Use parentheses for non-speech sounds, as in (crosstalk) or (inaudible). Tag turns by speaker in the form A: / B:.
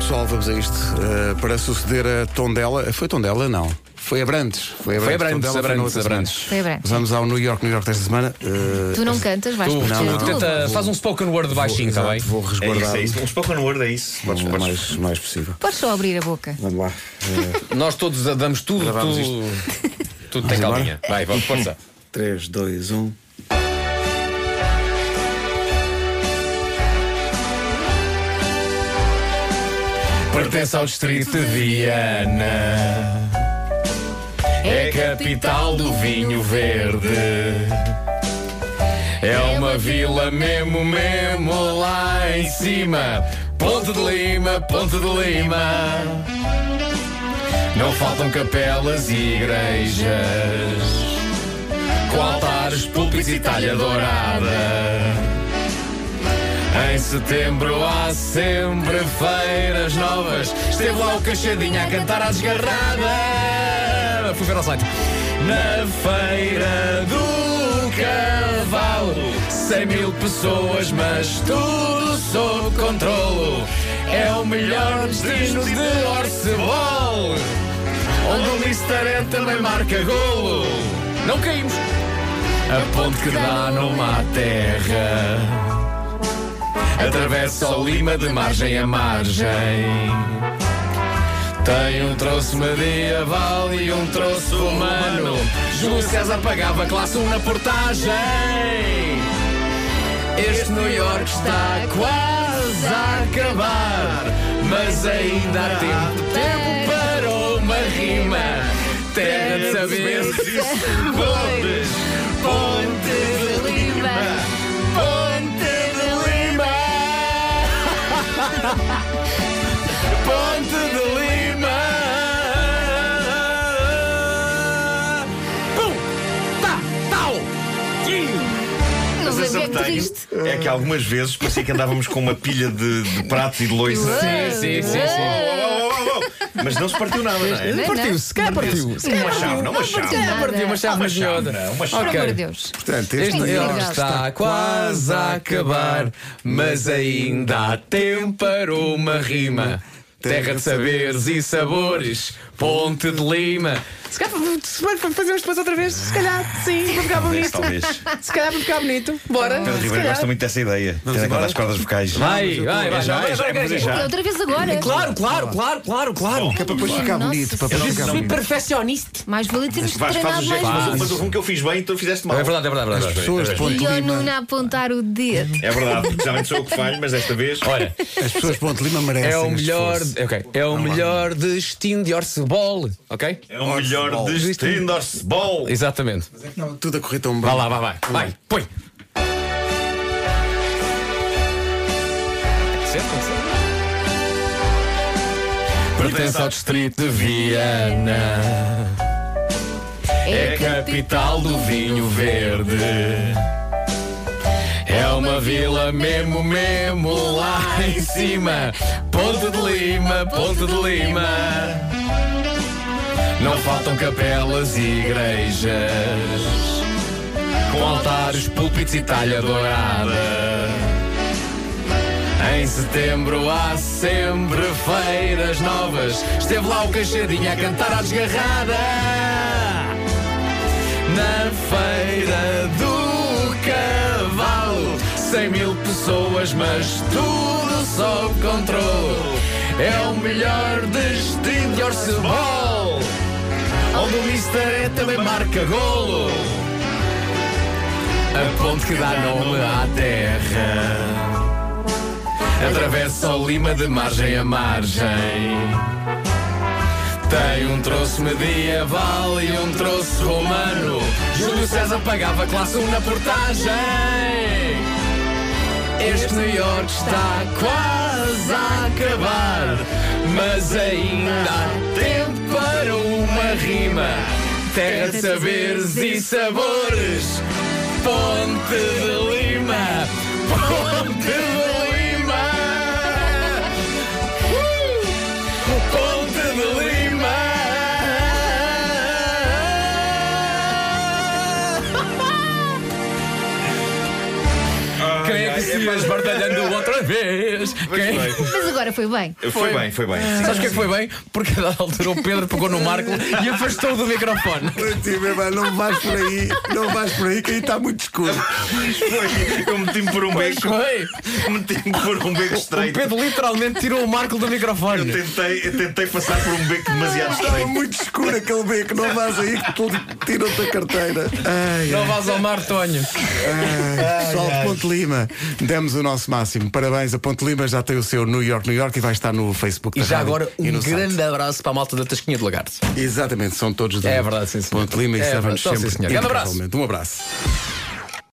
A: sol, vamos a isto. Uh, para suceder a Tondela. Foi Tondela? Não. Foi Abrantes. Foi
B: Foi Abrantes,
A: Tondela foi na
B: Abrantes,
A: outra semana.
B: Abrantes.
C: Foi Abrantes.
A: Vamos ao New York, New York desta semana. Uh,
C: Tu não cantas, vais
B: Tu,
C: proteger
A: não,
B: tu
A: não.
C: tudo.
B: tenta, faz um spoken word baixinho, está
A: exato,
B: bem?
A: Vou
D: É isso,
A: resguardar
D: é isso. Um spoken word é isso. Podes,
A: o
D: podes.
A: mais, mais possível.
C: Podes só abrir a boca.
A: Vamos lá.
B: Nós todos damos tudo,
A: Gravamos
B: tu. Tu tem
A: embora?
B: calminha. Vai, vamos, força.
A: 3, 2, 1.
B: Pertence ao distrito de Viana. É capital do vinho verde. É uma vila mesmo, mesmo lá em cima. Ponte de Lima, Ponte de Lima. Não faltam capelas e igrejas. Com altares, púlpitos e talha dourada. Em setembro há sempre feiras novas. Esteve lá o Cachadinha a cantar à desgarrada. Fui ver ao site. Na feira do cavalo, cem mil pessoas, mas tudo sob controlo. É o melhor destino de Orcebol, onde o Listaré também marca golo. Não caímos. A ponte que dá numa terra. Atravessa o Lima de margem a margem. Tem um troço medieval e um troço humano. Júlio César pagava classe 1 na portagem. Este New York está quase a acabar, mas ainda há tempo, tempo para uma rima. Terra de
D: é?
B: saberes e sabores, ponte de Lima. Ponte de Lima! Ponte de Lima! Pum! Tá! Tau!
C: Não sei o que é que tu
D: acertei.
C: riste.
D: É que algumas vezes parecia que andávamos com uma pilha de, de pratos e de loiça.
B: Sim, sim, sim, sim.
D: Oh, oh, oh. Mas não se partiu nada, não é?
C: Não,
B: Partiu-se, Ah, cá partiu.
C: Ah,
D: Uma chave, não uma chave.
C: partiu.
B: Cá partiu, uma chave mais miúda.
D: Uma
C: Por
D: chave.
C: amor de Deus.
A: Portanto,
B: Este
A: este é
C: Sim,
A: New
B: ano
C: sim,
A: York.
C: sim.
B: está quase a acabar, mas ainda há tempo para uma rima. Terra de saberes e sabores, Ponte de Lima. Se calhar fa- fazemos depois outra vez, se calhar, sim, para ficar
D: Talvez,
B: bonito.
D: talvez.
B: Se calhar para ficar bonito. Bora. se
D: Pedro Ribeiro
B: calhar.
D: gosta muito dessa ideia. Ter aquelas cordas vocais.
B: Vai, vai, vai,
D: Já,
B: vai,
D: já,
B: vai, vai,
D: já.
B: vai.
D: Ah.
C: Outra vez agora.
B: Claro, claro, claro, claro, claro.
A: Que é para depois ficar
C: Nossa
A: bonito. Para
C: Senhora.
A: depois
D: Eu
A: ficar
D: disse
A: bonito.
B: perfeccionista.
C: Mais valia termos
D: Vais, faz o
C: treinado
D: jeito,
C: mais
D: mas,
C: vezes.
D: o- mas o rumo que eu fiz bem, tu fizeste mal.
B: É verdade, é verdade, é
A: As
B: verdade.
A: pessoas de Ponte
C: E eu
A: Lima.
C: não a apontar o dedo.
D: É verdade, porque geralmente sou eu que falho, mas desta vez.
B: Olha,
A: As pessoas de Ponte Lima merecem.
B: é o
A: este
B: melhor,
A: esforço.
B: ok, é o melhor destino de Orcebol, ok?
D: É o melhor
A: Orsebol.
D: destino de Orsebol.
B: Exatamente.
A: É Não, Tudo a correr tão bem.
B: Vai lá, vai, vai. Vai, põe. Pertence ao distrito de Viana. É capital do vinho verde. É uma vila mesmo, mesmo lá em cima. Ponte de Lima, Ponte de Lima. Não faltam capelas e igrejas. Com altares, púlpitos e talha dourada. Em setembro há sempre feiras novas. Esteve lá o Cachadinha a cantar à desgarrada. Na feira do cavalo, cem mil pessoas, mas tudo sob controle. É o melhor destino de Orcebol, onde o Mister é também marca golo. A ponte que dá nome à terra. Atravessa o Lima de margem a margem. Tem um troço medieval e um troço romano. Júlio César pagava classe 1 na portagem. Este New York está quase a acabar, mas ainda há tempo para uma rima. Terra de saberes e sabores, Ponte de Lima, Ponte de Lima, Uh! Ponte de Lima. (laughs) Quem é que se esbardalhando outra vez. Quem-
D: Mas foi.
C: Mas agora foi bem.
D: Foi bem, foi bem. sim.
B: Sabes o que é que foi bem? Porque a dada altura o Pedro pegou no Marco e afastou do microfone.
A: não vais por aí, não vais por aí, que aí está muito escuro.
D: Foi. Eu meti-me por um beco.
B: Foi.
D: Meti-me por um beco
B: O
D: estreito.
B: Pedro literalmente tirou o Marco do
D: Eu
B: microfone.
D: tentei, eu tentei passar por um beco demasiado
A: Estava
D: estreito.
A: muito escuro aquele beco, não vais aí, que te tiram-te a carteira. Ai,
B: Não vás ao mar, Tonho.
A: Pessoal de Ponte Lima, demos o nosso máximo. Parabéns, a Ponte Lima já tem o seu New York, New York e vai estar no Facebook.
B: E
A: da
B: já
A: rádio
B: agora
A: e
B: um
A: no site.
B: grande abraço para a malta da Tasquinha de Lagarto.
A: Exatamente, são todos do
B: É verdade, sim, senhor.
A: Ponte Lima e
B: É
A: servem-nos
B: verdade,
A: sempre.
B: sim, senhor. Grande abraço.
A: impecavelmente. Um abraço.